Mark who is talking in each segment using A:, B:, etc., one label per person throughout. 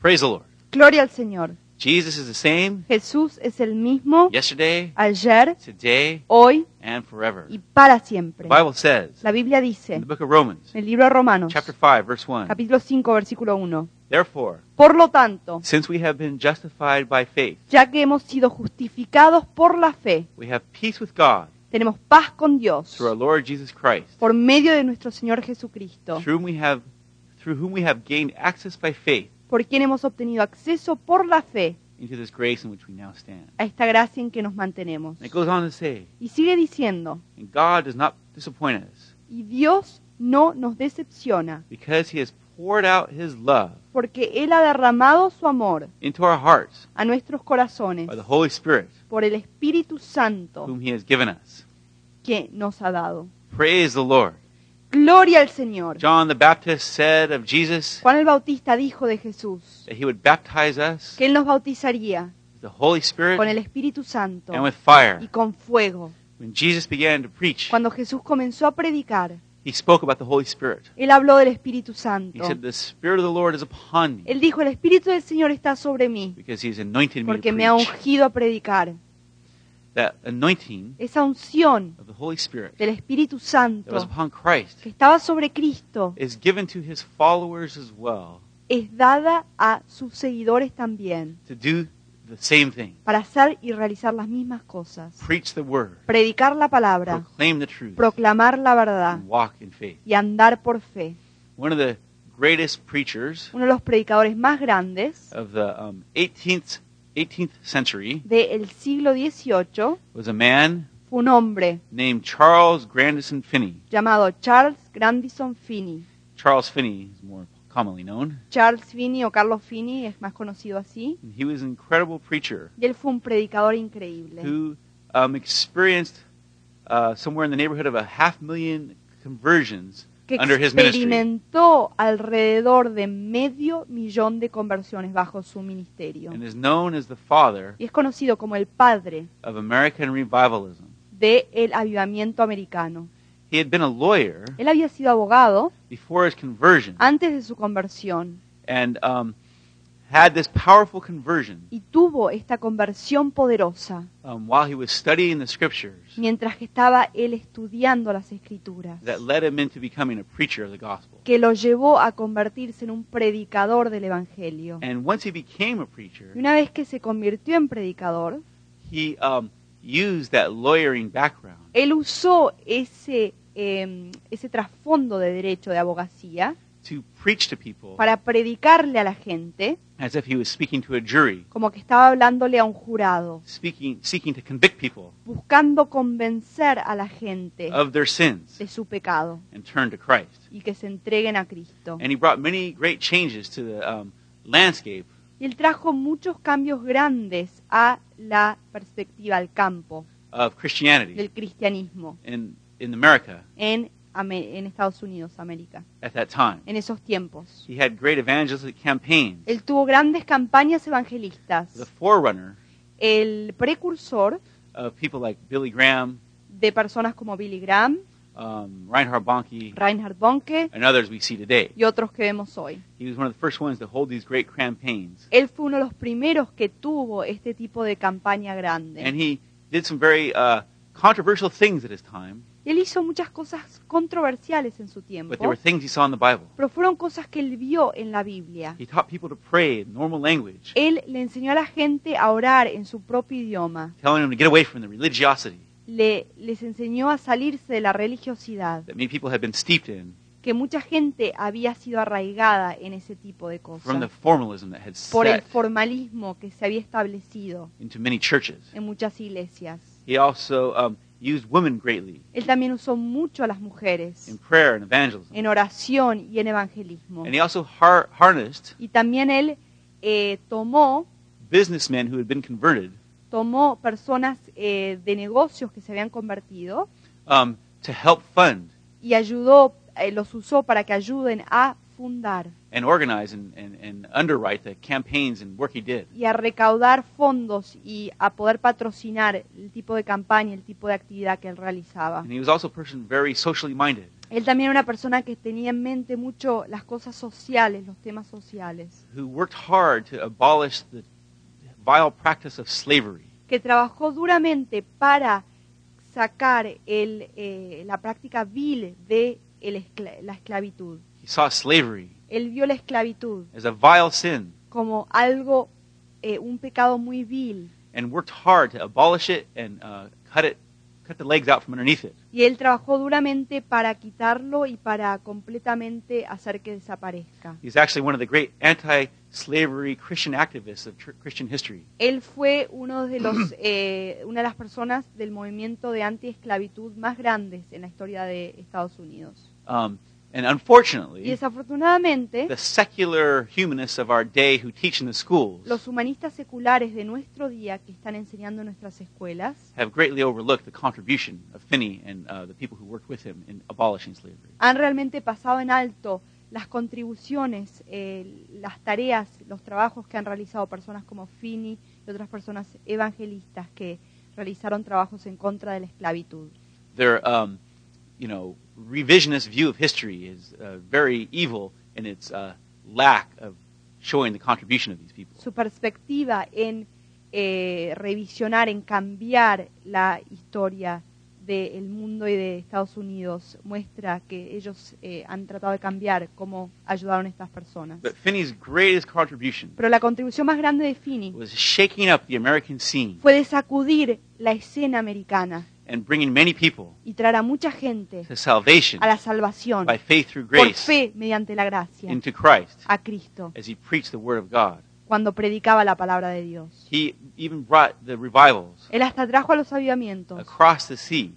A: Praise the Lord.
B: Gloria al Señor.
A: Jesus is the same
B: Jesús es el mismo
A: yesterday,
B: ayer,
A: today,
B: hoy
A: and forever.
B: y para
A: The
B: siempre.
A: Bible says
B: La Biblia
A: in
B: dice
A: the book of Romans,
B: en el libro de Romanos,
A: chapter 5, verse 1,
B: capítulo 5, versículo 1.
A: Therefore,
B: Por lo tanto,
A: since we have been justified by faith,
B: ya que hemos sido justificados por la fe,
A: we have peace with God
B: tenemos paz con Dios
A: through our Lord Jesus Christ,
B: por medio de nuestro Señor Jesucristo,
A: through whom we have, through whom we have gained access by faith
B: por quien hemos obtenido acceso por la fe
A: into this grace in which we now stand.
B: a esta gracia en que nos mantenemos.
A: And it goes on to say,
B: Y sigue diciendo,
A: and God does not disappoint us
B: y Dios no nos decepciona,
A: because he has poured out his love
B: porque Él ha derramado su amor
A: into our hearts
B: a nuestros corazones
A: by the Holy Spirit
B: por el Espíritu Santo
A: whom he has given us.
B: que nos ha dado.
A: Praise the Lord.
B: Gloria al Señor.
A: John the Baptist said of Jesus
B: Juan el Bautista dijo de Jesús
A: that he would baptize us
B: que Él nos bautizaría
A: with the Holy
B: con
A: Spirit
B: el Espíritu Santo
A: and with fire.
B: y con fuego.
A: When Jesus began to preach,
B: Cuando Jesús comenzó a predicar,
A: he spoke about the Holy Spirit.
B: Él habló del Espíritu
A: He
B: Santo.
A: said, The Spirit of the Lord is upon me
B: Él dijo, el Espíritu del Señor está sobre mí
A: because he's anointed me to
B: porque me ha
A: preach.
B: ungido a predicar.
A: That anointing
B: Esa unción
A: of the Holy Spirit
B: del Espíritu
A: that was
B: Santo
A: upon Christ
B: que estaba sobre Cristo
A: is given to his followers as well
B: es dada a sus seguidores también
A: to do the same thing
B: para hacer y realizar las mismas cosas.
A: preach the word,
B: Predicar la palabra,
A: proclaim the truth,
B: proclamar la verdad
A: and walk in faith.
B: y andar por fe.
A: One of the greatest preachers
B: Uno de los predicadores más grandes
A: of the um, 18th, 18th century
B: del siglo XVIII
A: was a man
B: fue un hombre
A: named Charles Grandison Finney.
B: llamado Charles Grandison Finney.
A: Charles Finney is more commonly known.
B: Charles Finney o Carlos Finney es más conocido así.
A: And he was an incredible preacher
B: Y él fue un predicador increíble
A: who um, experienced uh, somewhere in the neighborhood of a half million conversions.
B: que
A: Under his ministry.
B: experimentó alrededor de medio millón de conversiones bajo su ministerio.
A: And is known as the father
B: Y es conocido como el padre
A: of American revivalism.
B: del avivamiento americano.
A: He had been a lawyer
B: Él había sido abogado
A: before his conversion
B: antes de su conversión
A: and um, had this powerful conversion
B: y tuvo esta conversión poderosa
A: um, while he was studying the scriptures
B: mientras que estaba él estudiando las escrituras,
A: that led him into becoming a preacher of the gospel.
B: que lo llevó a convertirse en un predicador del Evangelio.
A: And once he became a preacher,
B: Y una vez que se convirtió en predicador,
A: he um, used that lawyering background
B: él usó ese, eh, ese trasfondo de derecho de abogacía
A: to preach to people
B: para predicarle a la gente
A: as if he was speaking to a jury,
B: como que estaba hablándole a un jurado,
A: speaking, seeking to convict people
B: buscando convencer a la gente
A: of their sins
B: de su pecado
A: and turn to Christ.
B: y que se entreguen a Cristo.
A: And he brought many great changes to the um, landscape
B: Y él trajo muchos cambios grandes a la perspectiva, al campo
A: of Christianity
B: del cristianismo
A: in, in America
B: en, Ame- en Estados Unidos, América,
A: at that time.
B: en esos tiempos.
A: He had great evangelistic campaigns.
B: Él tuvo grandes campañas evangelistas.
A: The forerunner
B: El precursor
A: of people like Billy Graham,
B: de personas como Billy Graham,
A: um, Reinhard Bonnke,
B: Reinhard Bonke
A: and others we see today.
B: y otros que vemos hoy.
A: He was one of the first ones to hold these great campaigns.
B: Él fue uno de los primeros que tuvo este tipo de campaña
A: And
B: grande.
A: he did some very uh, controversial things at his time,
B: Él hizo muchas cosas controversiales en su
A: but there
B: tiempo,
A: were things he saw in the Bible.
B: pero fueron cosas que él vio en la Biblia.
A: He taught people to pray in normal language,
B: Él le enseñó a la gente a orar en su propio idioma.
A: telling them to get away from the religiosity
B: Le, les enseñó a salirse de la religiosidad,
A: that many people had been steeped in
B: que mucha gente había sido arraigada en ese tipo de
A: from the
B: cosas,
A: formalism that had
B: por el
A: set
B: formalismo que se había establecido
A: into many churches.
B: en muchas iglesias.
A: He also um, used women greatly
B: Él también usó mucho a las
A: in
B: mujeres
A: prayer and evangelism.
B: en oración y en evangelismo.
A: And he also har- harnessed
B: Y también él eh, tomó,
A: businessmen who had been converted
B: tomó personas eh, de negocios que se habían convertido
A: um, to help fund
B: y ayudó, eh, los usó para que ayuden a fundar
A: and organize and, and, and underwrite the campaigns and work he did.
B: y a recaudar fondos y a poder patrocinar el tipo de campaña, el tipo de actividad que él realizaba.
A: And he was also a person very socially minded.
B: Él también era una persona que tenía en mente mucho las cosas sociales, los temas sociales,
A: who worked hard to abolish the vile practice of slavery.
B: que trabajó duramente para sacar el, eh, la práctica vil de el escla- la esclavitud.
A: He saw slavery
B: Él vio la esclavitud
A: as a vile sin
B: como algo, eh, un pecado muy vil,
A: and worked hard to abolish it and uh, cut it, cut the legs out from underneath it.
B: y él trabajó duramente para quitarlo y para completamente hacer que desaparezca.
A: He's actually one of the great anti-slavery Christian activists of tr- Christian history.
B: Él fue uno de los, eh, una de las personas del movimiento de antiesclavitud más grandes en la historia de Estados Unidos.
A: Um, and
B: Y
A: unfortunately,
B: desafortunadamente,
A: the secular humanists of our day who teach in the schools
B: los humanistas seculares de nuestro día que están enseñando en nuestras escuelas
A: have greatly overlooked the contribution of Finney and uh, the people who worked with him in abolishing slavery.
B: han realmente pasado en alto las contribuciones, eh, las tareas, los trabajos que han realizado personas como Fini y otras personas evangelistas que realizaron trabajos en contra de la esclavitud.
A: Their, um, you know, revisionist view of history is uh, very evil in its uh, lack of showing the contribution of these people.
B: su perspectiva en eh, revisionar, en cambiar la historia del mundo y de Estados Unidos muestra que ellos eh, han tratado de cambiar cómo ayudaron a estas personas.
A: But Finney's greatest contribution
B: Pero la contribución más grande de Finney
A: was shaking up the American scene
B: fue de sacudir la escena americana
A: and bringing many people
B: y traer a mucha gente
A: to salvation
B: a la salvación
A: by faith through
B: por
A: grace
B: fe mediante la gracia
A: into Christ
B: a Cristo
A: as he preached the word of God.
B: cuando predicaba la palabra de Dios.
A: He even brought the revivals
B: Él hasta trajo a los avivamientos,
A: across the sea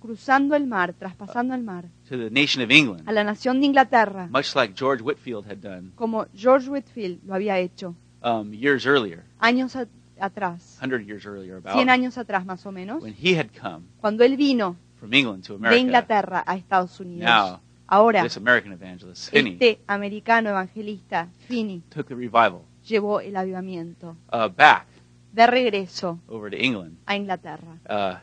B: cruzando el mar, traspasando el mar.
A: to the nation of
B: a
A: England,
B: la nación de Inglaterra,
A: much like George Whitfield had done
B: como George Whitfield lo había hecho
A: um, years earlier,
B: años a- atrás,
A: 100 years earlier,
B: 100
A: about
B: años atrás más o menos,
A: when he had come
B: cuando él vino
A: from England to
B: de
A: America.
B: Inglaterra a Estados Unidos.
A: Now,
B: Ahora,
A: this American evangelist, Finney,
B: este americano evangelista, Finney,
A: took the revival
B: llevó el avivamiento
A: uh, back
B: de regreso
A: over to England
B: a Inglaterra,
A: uh,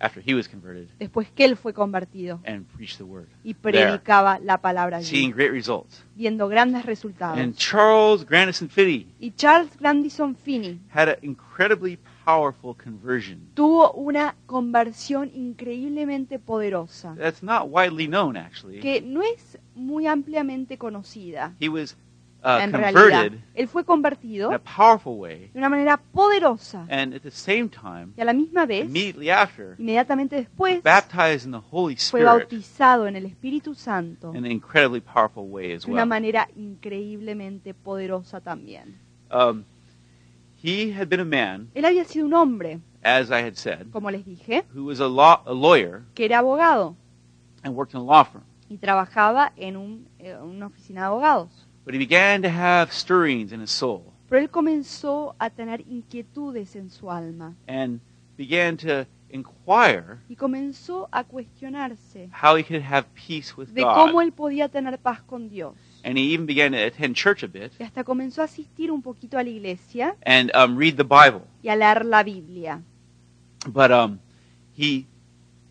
A: after he was converted
B: después que él fue convertido
A: and preached the word,
B: y predicaba la palabra
A: seeing
B: allí,
A: great results.
B: viendo grandes resultados.
A: And Charles Grandison Finney
B: Y Charles Grandison Finney
A: had an incredibly powerful conversion.
B: tuvo una conversión increíblemente poderosa.
A: That's not widely known, actually.
B: que no es muy ampliamente conocida
A: He was uh,
B: en realidad.
A: converted
B: Él fue convertido
A: in a powerful way,
B: de una manera poderosa
A: and at the same time,
B: y a la misma vez,
A: immediately after,
B: inmediatamente después,
A: baptized in the Holy
B: fue
A: Spirit
B: bautizado en el Espíritu Santo
A: in an incredibly powerful way as
B: de una
A: well.
B: manera increíblemente poderosa también.
A: Um, he had been a man,
B: Él había sido un hombre,
A: as I had said,
B: como les dije,
A: who was a, law- a lawyer
B: que era abogado
A: and worked in a law firm.
B: y trabajaba en un- eh, una oficina de abogados.
A: But he began to have stirrings in his soul
B: Pero él comenzó a tener inquietudes en su alma
A: and began to inquire
B: y comenzó a cuestionarse
A: how he could have peace with
B: de
A: God.
B: cómo él podía tener paz con Dios.
A: and he even began to attend church a bit
B: Y hasta comenzó a asistir un poquito a la iglesia
A: and um, read the Bible.
B: y a leer la Biblia.
A: But um, he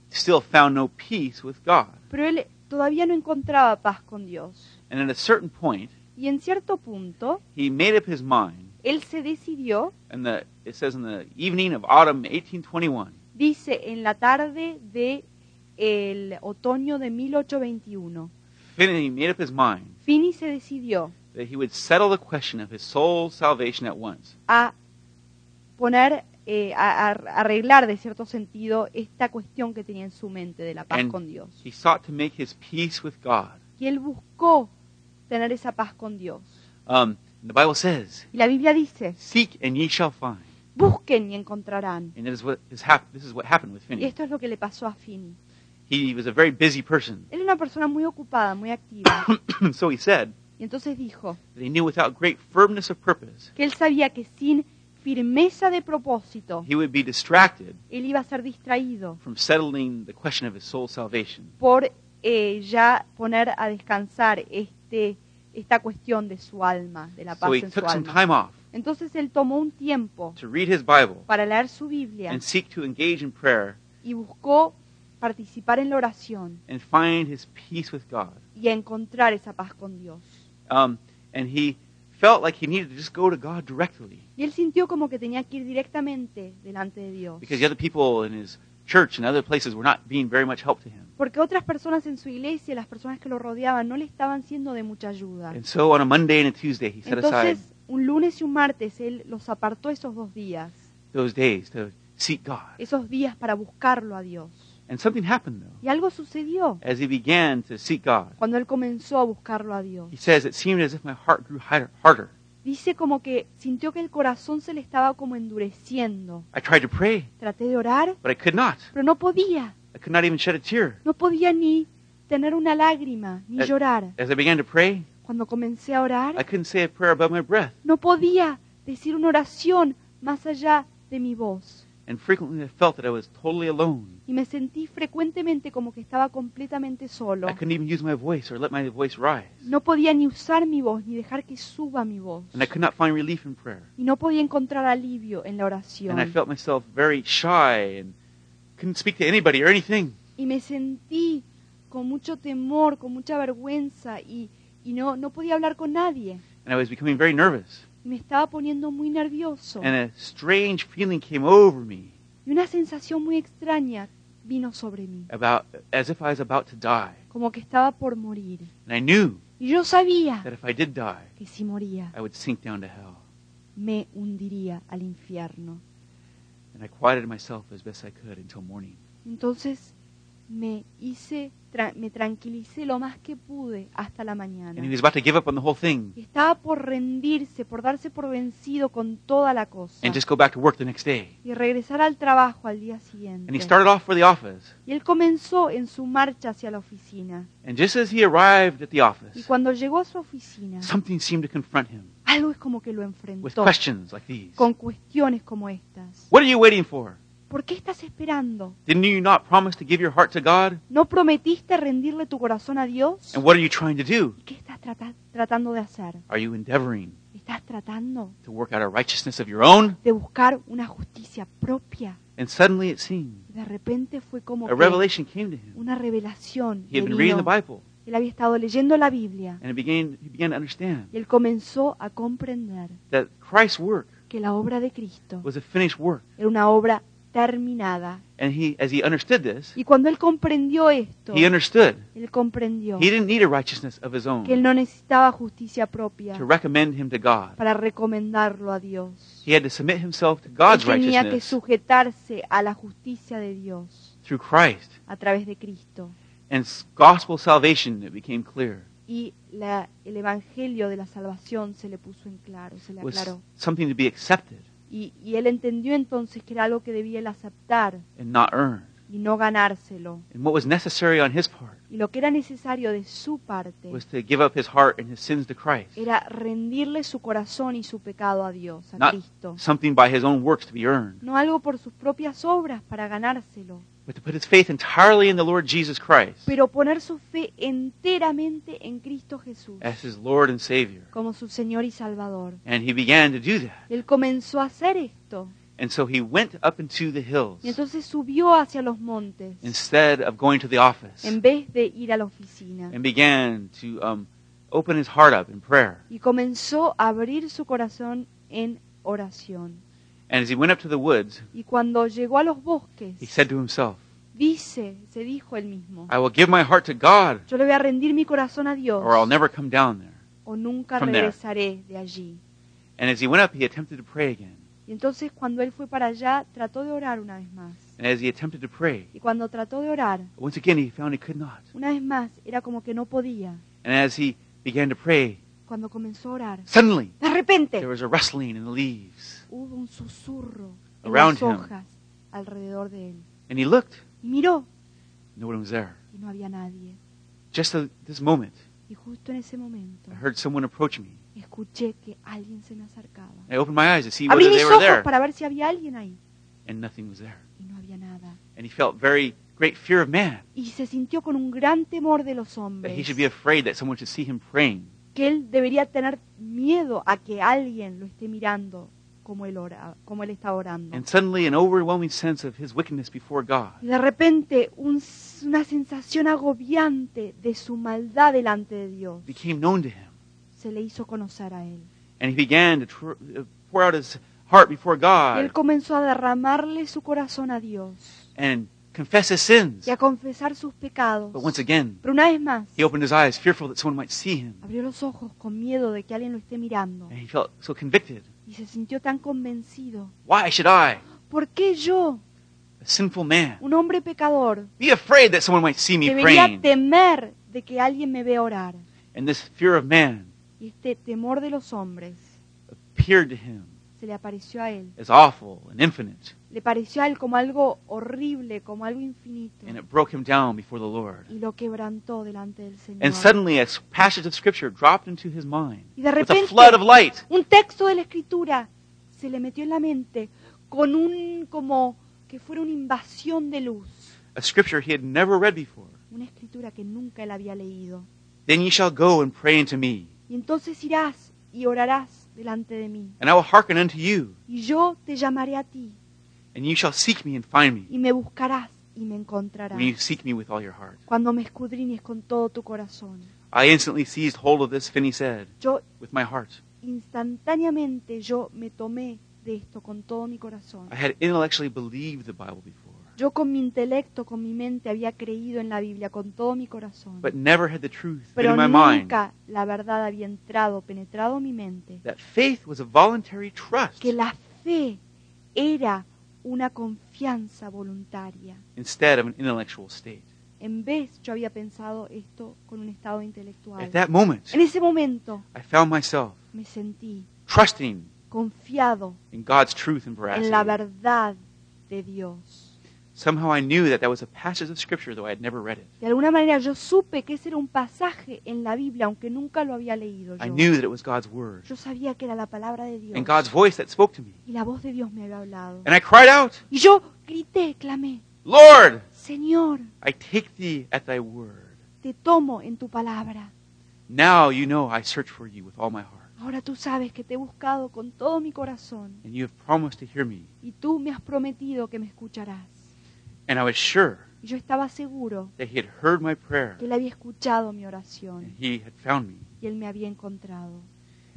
A: still found no peace with God.
B: Pero él todavía no encontraba paz con Dios.
A: And at a certain point,
B: Y en cierto punto,
A: he made up his mind.
B: él se decidió,
A: And the, it says in the evening of autumn 1821,
B: dice, en la tarde de el otoño de 1821.
A: Finney made up his mind
B: Finney se decidió
A: that he would settle the question of his soul's salvation at once.
B: a poner, eh, a, a arreglar de cierto sentido esta cuestión que tenía en su mente de la paz
A: And-
B: con Dios.
A: He sought to make his peace with God.
B: Y él buscó tener esa paz con Dios.
A: Um, and the Bible says,
B: Y la Biblia dice,
A: "Seek and ye shall find."
B: busquen y encontrarán.
A: And it is what is hap- this is what happened with
B: Y
A: Finney.
B: esto es lo que le pasó a Finney.
A: He was a very busy person,
B: Él era una persona muy ocupada, muy activa.
A: so he said
B: Y entonces dijo
A: that he knew without great firmness of purpose
B: que él sabía que sin firmeza de propósito,
A: he would be distracted
B: él iba a ser distraído
A: from settling the question of his soul's salvation.
B: por eh, ya poner a descansar este, esta cuestión de su alma, de la paz
A: So he
B: en su
A: took some
B: alma.
A: time off
B: Entonces él tomó un tiempo
A: to read his Bible
B: para leer su Biblia
A: and seek to engage in prayer
B: y buscó participar en la oración
A: and find his peace with God.
B: y a encontrar esa paz con Dios.
A: Um, and he felt like he needed to just go to God directly
B: Y él sintió como que tenía que ir directamente delante de Dios,
A: because the other people in his church and other places were not being very much help to him.
B: porque otras personas en su iglesia, las personas que lo rodeaban, no le estaban siendo de mucha ayuda.
A: And so on a Monday and a Tuesday, he set aside
B: Entonces, un lunes y un martes, él los apartó esos dos días,
A: those days to seek God.
B: esos días para buscarlo a Dios.
A: And something happened, though.
B: Y algo sucedió
A: As he began to seek God,
B: cuando él comenzó a buscarlo a Dios.
A: he says, It seemed as if my heart grew hi- harder.
B: Dice como que sintió que el corazón se le estaba como endureciendo.
A: I tried to pray,
B: Traté de orar,
A: but I could not.
B: pero no podía.
A: I could not even shed a tear.
B: No podía ni tener una lágrima, ni
A: Eh.
B: llorar.
A: As I began to pray,
B: Cuando comencé a
A: I
B: orar,
A: couldn't say a prayer above my breath.
B: no podía decir una oración más allá de mi voz.
A: And frequently I felt that I was totally alone.
B: Y me sentí frecuentemente como que estaba completamente solo.
A: I couldn't even use my voice or let my voice rise.
B: No podía ni usar mi voz, ni dejar que suba mi voz.
A: And I could not find relief in prayer.
B: Y no podía encontrar alivio en la
A: And I
B: oración.
A: felt myself very shy and couldn't speak to anybody or anything.
B: Y me sentí con mucho temor, con mucha vergüenza y, y no, no podía hablar con nadie.
A: And I was becoming very nervous.
B: Y me estaba poniendo muy nervioso.
A: And a strange feeling came over me
B: Y una sensación muy extraña vino sobre mí,
A: about as if I was about to die.
B: como que estaba por morir.
A: And I knew
B: Y yo sabía
A: that if I did die,
B: que si moría,
A: I would sink down to hell.
B: me hundiría al infierno.
A: And I quieted myself as best I could until morning.
B: Entonces me hice, tra- me tranquilicé lo más que pude hasta la mañana.
A: And he was about to give up on the whole thing
B: Y Estaba por rendirse, por darse por vencido con toda la cosa
A: and just go back to work the next day.
B: y regresar al trabajo al día
A: And he
B: siguiente.
A: started off for the office.
B: Y él comenzó en su marcha hacia la oficina.
A: And just as he arrived at the
B: Y
A: office,
B: cuando llegó a su oficina,
A: something seemed to confront him
B: algo es como que lo
A: with
B: enfrentó
A: questions like these.
B: con cuestiones como estas.
A: What are you waiting for?
B: ¿Por qué estás esperando?
A: Didn't you not promise to give your heart to God?
B: ¿No prometiste rendirle tu corazón a Dios?
A: And what are you trying to do?
B: ¿Y qué estás trata- tratando de hacer?
A: Are you endeavoring
B: ¿Estás tratando
A: to work out a righteousness of your own?
B: de buscar una justicia propia?
A: And suddenly it seemed
B: Y de repente fue como
A: a
B: que
A: revelation came to him.
B: una revelación.
A: He had
B: le
A: been reading the
B: vino.
A: Bible,
B: Él había estado leyendo la Biblia
A: and it began, he began to understand
B: y él comenzó a comprender
A: that Christ's work
B: que la obra de Cristo
A: was a finished work.
B: era una obra terminada.
A: And he, as he understood this,
B: Y cuando él comprendió esto,
A: he understood
B: él comprendió
A: he didn't need a righteousness of his
B: que él
A: own
B: no necesitaba justicia propia
A: to recommend him to God.
B: para recomendarlo a Dios.
A: He had to submit himself to
B: Él
A: God's
B: tenía que
A: righteousness
B: sujetarse a la justicia de Dios
A: through Christ.
B: a través de Cristo.
A: And s- gospel salvation, it became clear,
B: Y la- el evangelio de la salvación se le puso en claro, se le
A: was
B: aclaró.
A: something to be accepted
B: Y, y él entendió entonces que era algo que debía él aceptar
A: and not earned.
B: y no ganárselo.
A: And what was necessary on his part
B: Y lo que era necesario de su parte
A: was to give up his heart and his sins to Christ,
B: era rendirle su corazón y su pecado a Dios, a
A: Not-
B: Cristo.
A: something by his own works to be earned,
B: No algo por sus propias obras para ganárselo,
A: but to put his faith entirely in the Lord Jesus Christ
B: pero poner su fe enteramente en Cristo Jesús
A: as his Lord and Savior.
B: como su Señor y Salvador.
A: And he began to do that.
B: Y él comenzó a hacer esto
A: And so he went up into the hills
B: y entonces subió hacia los montes
A: instead of going to the office
B: en vez de ir a la oficina
A: and began to um, open his heart up in prayer.
B: y comenzó a abrir su corazón en oración.
A: And as he went up to the woods,
B: Y cuando llegó a los bosques,
A: he said to himself,
B: dice, se dijo él mismo,
A: I will give my heart to God,
B: yo le voy a rendir mi corazón a Dios
A: or I'll never come down there.
B: o nunca
A: From there.
B: regresaré de allí.
A: And as he went up, he attempted to pray again.
B: Y entonces cuando él fue para allá, trató de orar una vez más.
A: And as he attempted to pray,
B: Y cuando trató de orar,
A: once again he found he could not.
B: una vez más, era como que no podía.
A: And as he began to pray,
B: Cuando comenzó a orar,
A: suddenly
B: de
A: there
B: repente
A: was a rustling in the leaves.
B: hubo un susurro en
A: Around
B: las
A: him.
B: hojas alrededor de él.
A: And he looked.
B: Y miró
A: No one was there.
B: y no había nadie.
A: Just at this moment,
B: Y justo en ese momento
A: I heard someone approach me.
B: escuché que alguien se me acercaba.
A: I opened my eyes to see
B: Abrí
A: whether they
B: mis
A: were
B: ojos
A: there,
B: para ver si había alguien ahí.
A: and nothing was there.
B: Y no había nada.
A: And he felt very great fear of man,
B: Y se sintió con un gran temor de los
A: that he
B: hombres.
A: should be afraid that someone should see him praying.
B: que él debería tener miedo a que alguien lo esté mirando como él, ora, como él está orando.
A: And suddenly, an overwhelming sense of his wickedness before God
B: Y de repente un s- una sensación agobiante de su maldad delante de Dios
A: became known to him.
B: se le hizo conocer a él.
A: And he began to tr- uh, pour out his heart before
B: Y él
A: God
B: comenzó a derramarle su corazón a Dios
A: and confess his sins.
B: y a confesar sus pecados.
A: But once again,
B: Pero una vez más,
A: he opened his eyes, fearful that someone might see him.
B: abrió los ojos con miedo de que alguien lo esté mirando
A: And he felt so convicted.
B: y se sintió tan convencido.
A: Why should I,
B: ¿Por qué yo,
A: a sinful man,
B: un hombre pecador,
A: be afraid that someone might see me
B: debería
A: praying?
B: temer de que alguien me vea orar?
A: And this fear of man
B: Y este temor de los hombres
A: appeared to him
B: se le apareció a él.
A: as awful and infinite,
B: Le pareció a él como algo horrible, como algo infinito.
A: and it broke him down before the Lord.
B: Y lo quebrantó delante del Señor.
A: And suddenly, a s- passage of scripture dropped into his mind
B: y
A: with
B: de
A: a
B: repente,
A: flood of light.
B: un texto de la Escritura se le metió en la mente con un, como que fuera una invasión de luz.
A: a scripture he had never read before.
B: Una escritura que nunca él había leído.
A: Then ye shall go and pray unto me,
B: Y entonces irás y orarás delante de mí.
A: and I will hearken unto you,
B: Y yo te llamaré a ti,
A: and ye shall seek me and find me
B: y me buscarás y me encontrarás.
A: when you seek me with all your heart.
B: Cuando me escudriñes con todo tu corazón.
A: I instantly seized hold of this, Finney said,
B: Yo
A: with my heart.
B: instantáneamente yo me tomé de esto con todo mi corazón.
A: I had intellectually believed the Bible before,
B: Yo con mi intelecto, con mi mente había creído en la Biblia con todo mi corazón.
A: but never had the truth been
B: Pero
A: in my mind
B: nunca la verdad había entrado, penetrado mi mente.
A: that faith was a voluntary trust
B: Que la fe era una confianza voluntaria.
A: instead of an intellectual state.
B: En vez yo había pensado esto con un estado intelectual.
A: At that moment,
B: En ese momento
A: I found myself
B: me sentí
A: trusting
B: confiado
A: in God's truth and
B: en la
A: veracity.
B: verdad de Dios.
A: Somehow I knew that that was a passage of scripture, though I had never read it.
B: De alguna manera yo supe que ese era un pasaje en la Biblia, aunque nunca lo había leído
A: I
B: yo.
A: knew that it was God's word.
B: Yo sabía que era la palabra de Dios.
A: and God's voice that spoke to me.
B: Y la voz de Dios me había hablado.
A: And I cried out,
B: Y yo grité, clamé,
A: Lord,
B: Señor,
A: I take thee at thy word.
B: te tomo en tu palabra.
A: Now you know I search for you with all my heart,
B: Ahora tú sabes que te he buscado con todo mi corazón
A: and you have promised to hear me.
B: y tú me has prometido que me escucharás.
A: And I was sure
B: Y yo estaba seguro
A: that he had heard my prayer,
B: que él había escuchado mi
A: and
B: oración
A: he had found me.
B: y él me había encontrado.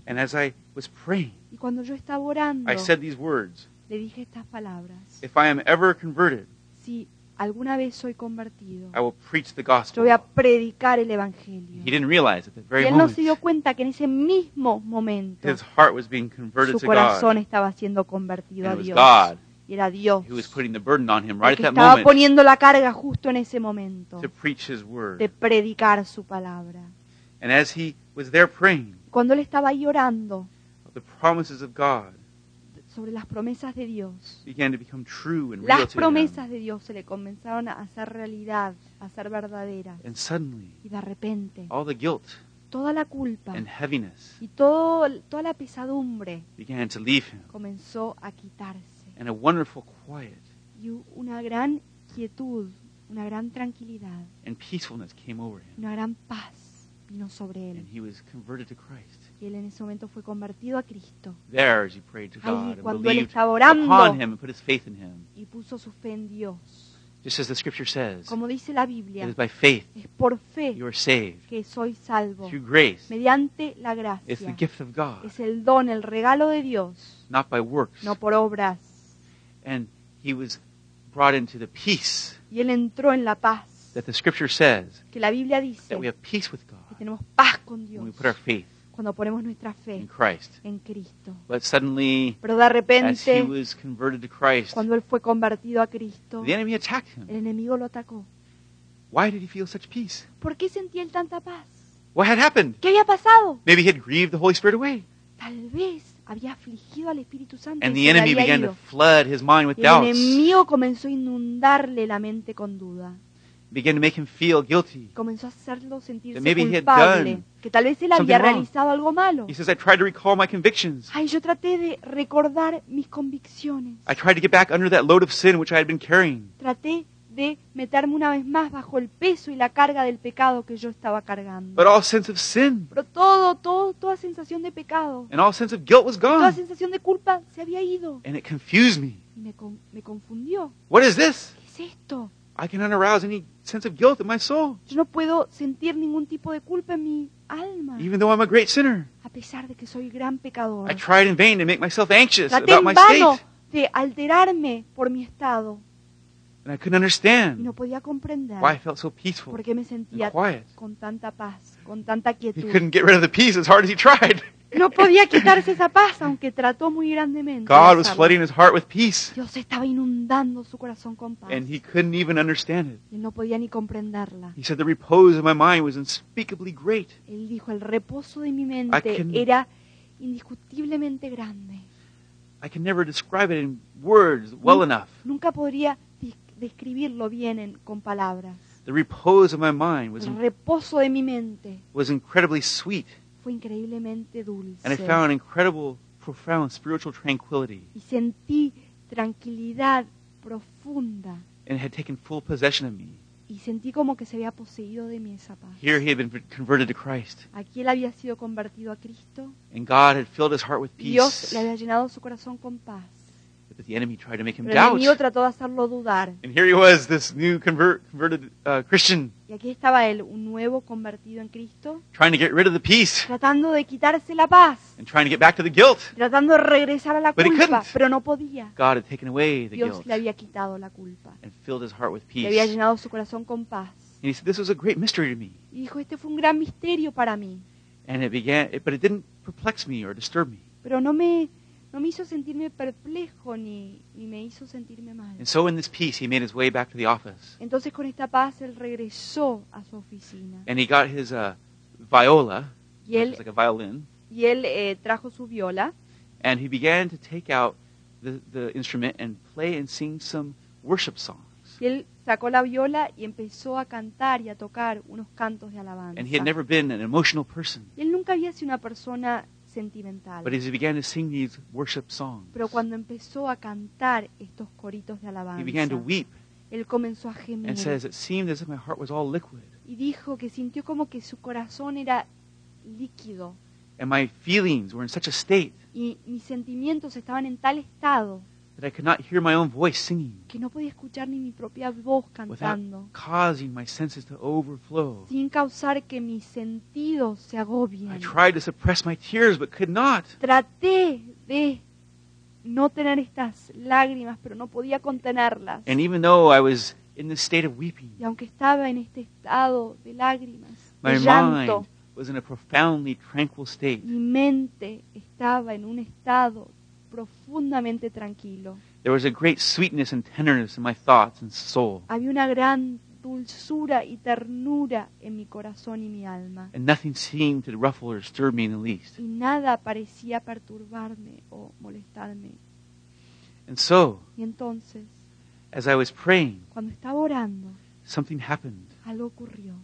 A: And as I was praying,
B: Y cuando yo estaba orando,
A: I said these words
B: le dije estas palabras.
A: If I am ever converted,
B: Si alguna vez soy convertido,
A: I will preach the
B: Yo
A: gospel.
B: voy a predicar el
A: He
B: Evangelio.
A: didn't realize at that
B: Y
A: very
B: él no se dio
A: moment
B: cuenta que en ese mismo momento
A: his heart was being converted
B: su
A: to God.
B: corazón estaba siendo
A: And
B: convertido a
A: it was
B: Dios.
A: God
B: Y era Dios.
A: who was putting the burden on him right
B: el
A: at
B: que
A: that
B: estaba
A: moment
B: poniendo la carga justo en ese momento
A: to preach his
B: de
A: word.
B: predicar su palabra.
A: And as he was there praying,
B: Cuando él estaba ahí orando
A: of the promises of God
B: sobre las promesas de Dios,
A: began to become true and real
B: las
A: to
B: promesas
A: him.
B: de Dios se le comenzaron a hacer realidad, a ser verdaderas.
A: And suddenly,
B: Y de repente,
A: all the guilt
B: toda la culpa
A: and heaviness
B: y todo, toda la pesadumbre
A: began to leave him,
B: comenzó a quitarse.
A: and a wonderful quiet
B: y u- una gran quietud, una gran tranquilidad,
A: and peacefulness came over him,
B: una gran paz vino sobre
A: and
B: él.
A: he was converted to Christ.
B: Y él en ese momento fue convertido a Cristo.
A: There, as he prayed to
B: Ahí
A: God and
B: cuando él
A: believed
B: estaba
A: upon
B: orando
A: him and put his faith in him,
B: y puso su fe en Dios.
A: just as the Scripture says,
B: Como dice la
A: it is
B: Biblia,
A: by faith
B: es por fe
A: you are saved
B: que soy salvo,
A: through grace.
B: mediante la
A: It's the
B: gracia.
A: gift of God,
B: Es el don, el regalo de Dios,
A: not by works.
B: no por obras.
A: And he was brought into the peace
B: Y él entró en la paz,
A: that the Scripture says
B: que la Biblia dice
A: that we
B: que
A: have peace with God
B: tenemos paz con
A: when
B: Dios
A: we put our faith
B: cuando ponemos nuestra
A: in
B: fe
A: Christ.
B: en Cristo.
A: But suddenly,
B: Pero de
A: as he
B: repente
A: was converted to Christ,
B: cuando Eh. él fue convertido a Cristo,
A: the enemy attacked
B: el
A: him.
B: enemigo lo atacó.
A: Why did he feel such peace?
B: ¿Por qué sentía él tanta paz?
A: What had happened?
B: ¿Qué había pasado?
A: Maybe he had grieved the Holy Spirit away.
B: Tal vez había afligido al Espíritu Santo.
A: And
B: y
A: the
B: se le
A: enemy
B: había
A: began to
B: ido.
A: flood his mind with
B: Y el
A: doubts,
B: enemigo comenzó a inundarle la mente con duda.
A: began to make him feel guilty.
B: Comenzó a hacerlo sentirse
A: That maybe he had
B: culpable.
A: done
B: Que tal vez él había
A: something wrong.
B: realizado algo malo.
A: He says, I tried to recall my convictions.
B: Ay, yo traté de recordar mis convicciones.
A: I tried to get back under that load of sin which I had been carrying.
B: Traté de de meterme una vez más bajo el peso y la carga del pecado que yo estaba cargando.
A: But all sense of sin
B: Pero todo, todo, toda sensación de pecado,
A: and all sense of guilt was
B: toda
A: gone.
B: sensación de culpa se había ido
A: And it confused me.
B: y me, con- me confundió.
A: What is this?
B: ¿Qué es esto?
A: I cannot arouse any sense of guilt in my soul,
B: Yo no puedo sentir ningún tipo de culpa en mi alma,
A: even though I'm a great sinner.
B: a pesar de que soy gran pecador.
A: I tried in vain to make myself anxious
B: Traté
A: about
B: en
A: my
B: vano
A: state,
B: de alterarme por mi estado
A: and I couldn't
B: y no
A: understand
B: podía comprender
A: why I felt so peaceful
B: por qué me
A: and
B: sentía
A: quiet.
B: con tanta paz, con tanta
A: He
B: quietud.
A: couldn't get rid of the peace as hard as he tried.
B: No podía quitarse esa paz, aunque trató muy grandemente. de
A: God was
B: hacerlo.
A: flooding his heart with peace,
B: Dios estaba inundando su corazón con paz.
A: and he couldn't even understand it.
B: Y él no podía ni comprenderla.
A: He said the repose of my mind was unspeakably great.
B: Él dijo, el reposo de mi
A: I
B: mente
A: can-
B: era indiscutiblemente grande.
A: I can never describe it in words well
B: Mm.
A: enough.
B: Nunca podría dis- describirlo bien en- con palabras.
A: The repose of my mind was
B: El reposo de mi mente
A: was incredibly sweet,
B: fue increíblemente
A: and I
B: dulce.
A: found incredible, profound spiritual tranquility,
B: Y sentí tranquilidad profunda.
A: and it had taken full possession of me.
B: Y sentí como que se había poseído de mí esa paz.
A: Here he had been converted to Christ,
B: Aquí él había sido convertido a Cristo.
A: and God had filled his heart with
B: Dios
A: peace.
B: le había llenado su corazón con paz.
A: But the enemy tried to make him
B: Pero el
A: doubt.
B: enemigo trató de hacerlo dudar.
A: And here he was, this new convert, converted uh, Christian,
B: Y aquí estaba él, un nuevo convertido en Cristo,
A: trying to get rid of the peace
B: tratando de quitarse la paz,
A: and trying to get back to the guilt.
B: tratando de regresar a la
A: But he
B: culpa,
A: couldn't.
B: pero no podía.
A: God had taken away the
B: Dios
A: guilt
B: le había quitado la culpa.
A: and filled his heart with
B: Le
A: peace.
B: había
A: And
B: llenado su corazón con paz.
A: he said, "This was a great mystery to me,"
B: Y dijo, este fue un gran misterio para mí,
A: and it began, it, but it didn't perplex me or disturb me.
B: pero no me, no me hizo sentirme perplejo ni, ni me hizo sentirme mal.
A: And so, in this peace, he made his way back to the office.
B: Entonces con esta paz él regresó a su oficina
A: and he got his uh, viola,
B: y
A: which is
B: él,
A: like a violin,
B: y él eh, trajo su viola
A: and he began to take out the, the instrument and play and sing some worship songs.
B: y él sacó la viola y empezó a cantar y a tocar unos cantos de alabanza.
A: And he had never been an emotional person,
B: Él nunca había sido una persona
A: but
B: sentimental,
A: as he began to sing these worship songs,
B: pero cuando empezó a cantar estos coritos de
A: he began to
B: alabanza,
A: weep
B: él comenzó a
A: and says,
B: gemir
A: It seemed as if my heart was all liquid,
B: y dijo que sintió como que su corazón era líquido
A: and my feelings were in such a state
B: y mis sentimientos estaban en tal estado
A: that I could not hear my own voice singing
B: que no podía escuchar ni mi propia voz
A: without
B: cantando.
A: causing my senses to overflow.
B: sin causar que mis sentidos se agobien.
A: I tried to suppress my tears, but could not.
B: Traté de no tener estas lágrimas, pero no podía contenerlas.
A: And even though I was in this state of weeping,
B: Y aunque estaba en este estado de lágrimas,
A: My
B: de llanto, Mm.
A: mind was in a profoundly tranquil state.
B: mi mente estaba en un estado profundamente tranquilo.
A: There was a great sweetness and tenderness in my thoughts and soul,
B: Había una gran dulzura y ternura en mi corazón y mi alma.
A: and nothing seemed to ruffle or disturb me in the least.
B: Y nada parecía perturbarme o molestarme.
A: And so,
B: Y entonces,
A: as I was praying,
B: cuando estaba orando,
A: something happened.
B: algo ocurrió.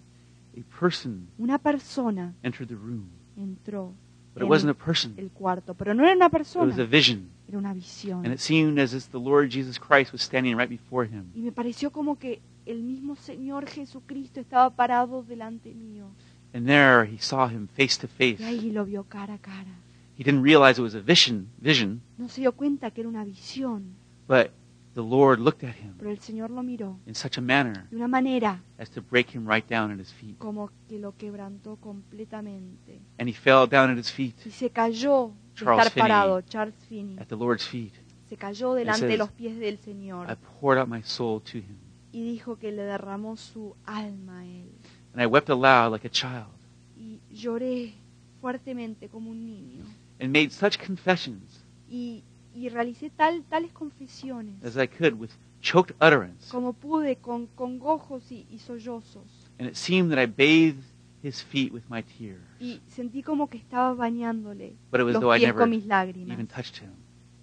A: A person
B: Una persona
A: entered the room,
B: entró
A: but it wasn't a person,
B: el cuarto, pero no era una
A: it was a
B: persona,
A: vision,
B: era una
A: and
B: visión.
A: it seemed as if the Lord Jesus Christ was standing right before him.
B: Y me pareció como que el mismo Señor Jesucristo estaba parado delante mío.
A: And there he saw him face to face.
B: Y ahí lo vio cara a cara.
A: He didn't realize it was a vision, vision,
B: No se dio cuenta que era una visión,
A: but the Lord looked at him
B: pero el Señor lo miró
A: in such a manner
B: de una manera
A: as to break him right down at his feet.
B: como que lo quebrantó completamente.
A: and he fell down at his feet,
B: Y se cayó de
A: Charles
B: estar
A: Finney.
B: parado, Charles Finney.
A: at the Lord's feet.
B: Se cayó delante de
A: says,
B: los pies del
A: I
B: Señor
A: poured out my soul to him,
B: y dijo que le derramó su alma a él.
A: and I wept aloud like a child,
B: y lloré fuertemente como un niño
A: and made such confessions
B: y, y realicé tal, tales confesiones
A: as I could with choked utterance,
B: como pude con congojos y, y sollozos
A: and it seemed that I bathed his feet with my tear,
B: y sentí como que estaba bañándole
A: but it was
B: los
A: though I
B: pies
A: never
B: con mis lágrimas
A: even touched him.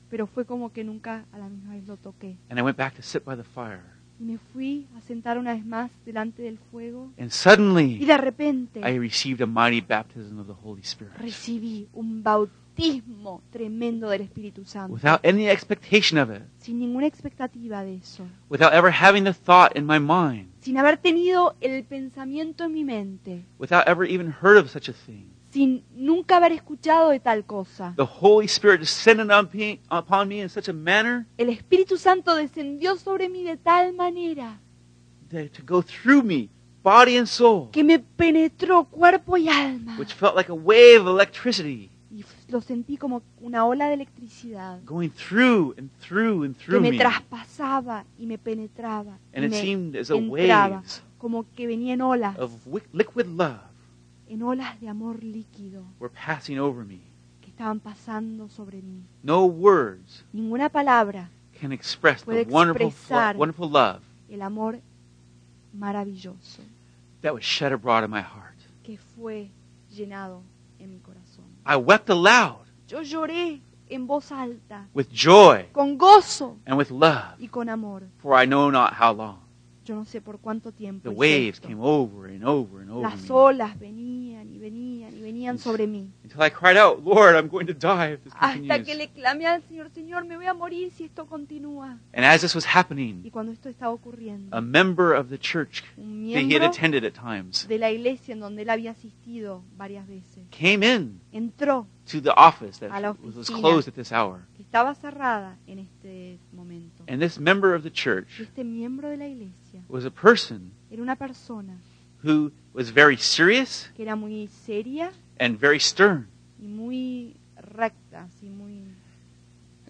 B: pero fue como que nunca a la misma vez lo toqué
A: And I went back to sit by the fire,
B: y me fui a sentar una vez más delante del fuego
A: and
B: y
A: suddenly
B: de
A: I
B: repente
A: received a mighty baptism of the Holy Spirit.
B: recibí un bautismo tremendo del Espíritu Santo,
A: without any expectation of it,
B: sin ninguna expectativa de eso,
A: without ever having the thought in my mind,
B: sin haber tenido el pensamiento en mi mente,
A: without ever even heard of such a thing.
B: sin nunca haber escuchado de tal cosa.
A: The Holy Spirit descended on me, upon me in such a manner
B: El Espíritu Santo descendió sobre mí de tal manera
A: that to go through me, body and soul,
B: que me penetró cuerpo y alma
A: which felt like a wave of electricity
B: y f- lo sentí como una ola de electricidad
A: going through and through and
B: que
A: through
B: me
A: me.
B: traspasaba y me penetraba y
A: And it
B: me
A: seemed as a
B: entraba,
A: waves Oh.
B: como que venía en olas,
A: of wick- liquid love
B: en olas de amor líquido
A: were passing over me.
B: que estaban pasando sobre mí.
A: No words
B: Ninguna palabra,
A: can express the
B: Puede
A: wonderful, fl-
B: expresar.
A: wonderful love
B: el amor maravilloso
A: that was shed abroad in my heart.
B: que fue llenado en mi corazón.
A: I wept aloud
B: Yo lloré en voz alta,
A: with joy
B: con gozo
A: and with love,
B: y con amor.
A: for I know not how long.
B: Yo no sé por cuánto tiempo.
A: The
B: hice
A: waves
B: esto.
A: came over and over and over
B: Las
A: me
B: olas venían y venían y venían sobre mí.
A: until I cried out, Lord, I'm going to die if this
B: Hasta que
A: continues.
B: le clamé al Señor, Señor, me voy a morir si esto continúa.
A: And as this was happening,
B: Y cuando esto estaba ocurriendo,
A: a member of the church
B: un
A: that he had
B: miembro
A: attended at times
B: de la iglesia en donde él había asistido varias veces
A: came in
B: entró,
A: to the office
B: A la
A: that was
B: oficina.
A: closed at this hour.
B: que estaba cerrada en este momento.
A: And this member of the
B: Y
A: church
B: este miembro de la iglesia
A: was a person
B: era una persona
A: who was very serious
B: que era muy seria
A: and very stern
B: y muy recta, así muy...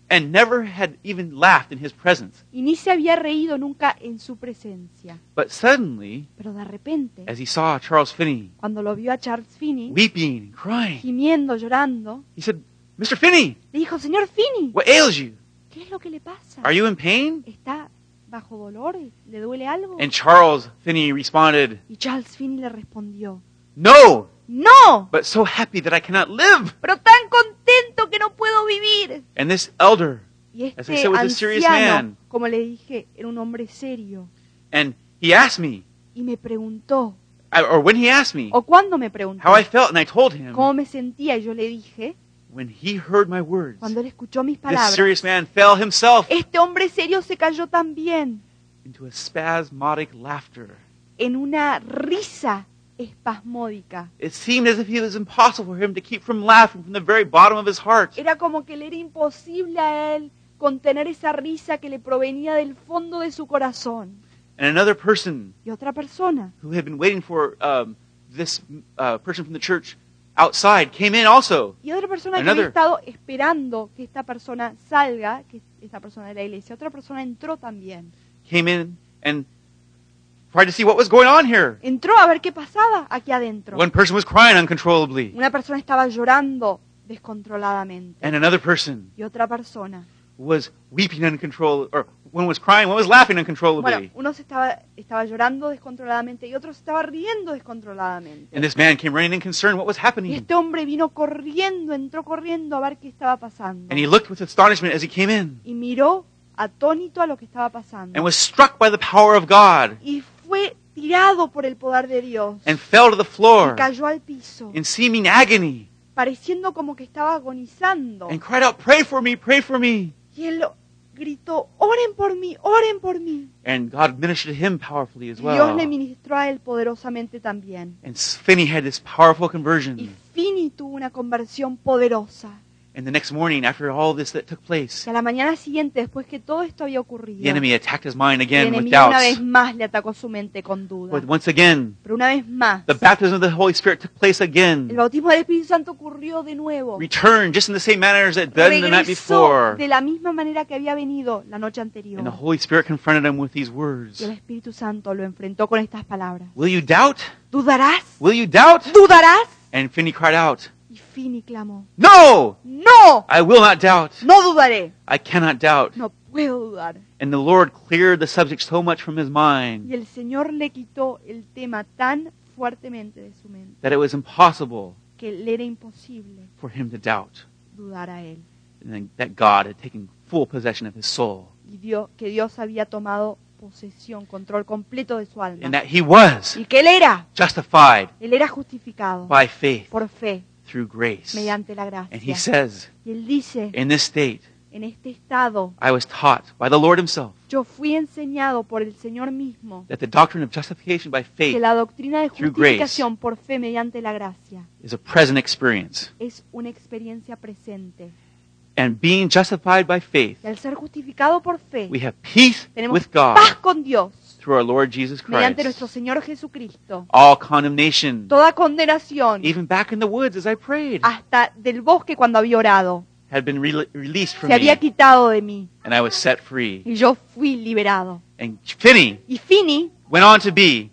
A: and never had even laughed in his presence.
B: Y ni se había reído nunca en su presencia.
A: But suddenly,
B: Pero de repente,
A: as he saw Charles Finney
B: cuando lo vio a Charles Finney,
A: weeping and crying,
B: gimiendo, llorando,
A: he said, Mr. Finney,
B: le dijo, Señor Finney,
A: what ails you?
B: ¿qué es lo que le pasa?
A: Are you in pain?
B: ¿Está bajo dolor? ¿Le duele algo?
A: And Charles Finney responded,
B: Y Charles Finney le respondió,
A: No,
B: ¡No!
A: but so happy that I cannot live.
B: pero tan contento que no puedo vivir.
A: And this elder,
B: Y
A: As I
B: este
A: said, with a serious
B: anciano,
A: man.
B: como le dije, era un hombre serio.
A: and he asked me,
B: Y me preguntó,
A: I, or when he asked me,
B: o cuando me preguntó,
A: how I felt, and I told him,
B: cómo me sentía, y yo le dije,
A: when he heard my words,
B: cuando él escuchó mis
A: this
B: palabras,
A: serious man fell himself
B: este hombre serio se cayó también
A: into a spasmodic laughter.
B: en una risa espasmódica.
A: It seemed as if it was impossible for him to keep from laughing from the very bottom of his heart.
B: Era como que le era imposible a él contener esa risa que le provenía del fondo de su corazón.
A: And another person
B: Y otra persona
A: who had been waiting for um, this uh, person from the church outside came in also.
B: Y otra persona que
A: Another.
B: había estado esperando que esta persona salga, que esta persona de la iglesia, otra persona entró también.
A: Came in and tried to see what was going on here.
B: Entró a ver qué pasaba aquí adentro.
A: One person was crying uncontrollably,
B: Una persona estaba llorando descontroladamente.
A: and another person
B: Y otra persona.
A: was weeping uncontrollably, or one was crying, one was laughing
B: Bueno,
A: uncontrollably.
B: uno se estaba, estaba llorando descontroladamente y otro se estaba riendo descontroladamente.
A: And this man came running in concern what was
B: Y
A: happening.
B: este hombre vino corriendo, entró corriendo a ver qué estaba pasando.
A: And he looked with astonishment as he came in
B: Y miró atónito a lo que estaba pasando.
A: and was struck by the power of God
B: Y fue tirado por el poder de Dios.
A: and fell to the floor
B: Y cayó al piso.
A: in seeming agony
B: pareciendo como que estaba agonizando.
A: and cried out, Pray for me, pray for me.
B: Y él gritó, oren por mí, oren por mí.
A: And God ministered to him powerfully
B: Y
A: as
B: Dios
A: well.
B: le ministró a él poderosamente también.
A: And Finney had this powerful
B: Y
A: conversion.
B: Fini tuvo una conversión poderosa.
A: And the next morning, after all this that took place,
B: Y a la mañana siguiente, después que todo esto había ocurrido,
A: the enemy attacked his mind
B: el
A: again with
B: enemigo una
A: doubts.
B: vez más le atacó su mente con duda.
A: But once again,
B: Pero una vez más,
A: the baptism of the Holy Spirit took place
B: el
A: again.
B: bautismo del Espíritu Santo ocurrió de nuevo.
A: Returned just in the same manner as it had done the night
B: Regresó
A: before.
B: de la misma manera que había venido la noche anterior.
A: And the Holy Spirit confronted him with these
B: Y
A: words
B: el Espíritu Santo lo enfrentó con estas palabras.
A: Will you doubt?
B: ¿Dudarás?
A: Will you doubt?
B: ¿Dudarás?
A: And Finney cried out,
B: Y Fini clamó,
A: No!
B: no,
A: I will not doubt.
B: no dudaré,
A: I cannot doubt.
B: no puedo dudar.
A: And the Lord cleared the subject so much from his
B: Y
A: mind
B: el Señor le quitó el tema tan fuertemente de su mente
A: that it was impossible
B: que le era imposible
A: for him to doubt.
B: dudar a él.
A: And then that God had taken full possession of his soul.
B: Y dio- que Dios había tomado posesión, control completo de su
A: And
B: alma.
A: that he was
B: Y que él era,
A: justified
B: él era justificado
A: by faith
B: por fe
A: through grace.
B: mediante la
A: And he
B: gracia.
A: says,
B: Y él dice,
A: In this state,
B: en este estado,
A: I was taught by the Lord Himself
B: yo fui enseñado por el Señor mismo
A: that the doctrine of justification by
B: que
A: faith
B: la doctrina de
A: Through grace.
B: justificación por fe mediante la gracia
A: is a present experience.
B: es una experiencia presente.
A: And being justified by faith,
B: Y al ser justificado por fe,
A: we have peace
B: tenemos
A: with God
B: paz con Dios
A: through our Lord Jesus
B: mediante nuestro
A: Christ.
B: Señor Jesucristo.
A: All condemnation,
B: Toda condenación,
A: even back in the woods as I prayed,
B: hasta del bosque cuando había orado,
A: had been rel- released from
B: se había
A: me,
B: quitado de mí
A: and I was set free.
B: y yo fui liberado.
A: And Finney
B: Y Fini
A: went on to be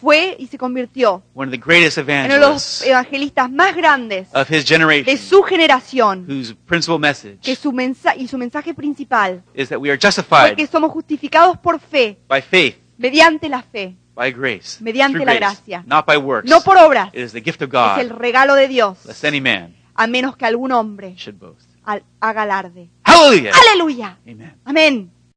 B: fue y se convirtió
A: one of the greatest
B: en eh, uno de los
A: evangelists
B: evangelistas más grandes
A: of his
B: de
A: generation,
B: su generación,
A: whose principal
B: que
A: message
B: su mensa- y su mensaje principal
A: is that we are
B: fue que
A: justified
B: somos justificados por fe,
A: by faith,
B: mediante la fe,
A: by grace,
B: Mediante
A: through
B: la
A: grace,
B: gracia.
A: not by works.
B: no por obras,
A: It is the gift of
B: es el
A: God,
B: regalo de Dios,
A: lest any man
B: a menos que algún hombre
A: should boast.
B: al- haga alarde.
A: Hallelujah!
B: Aleluya,
A: Amen.
B: amén.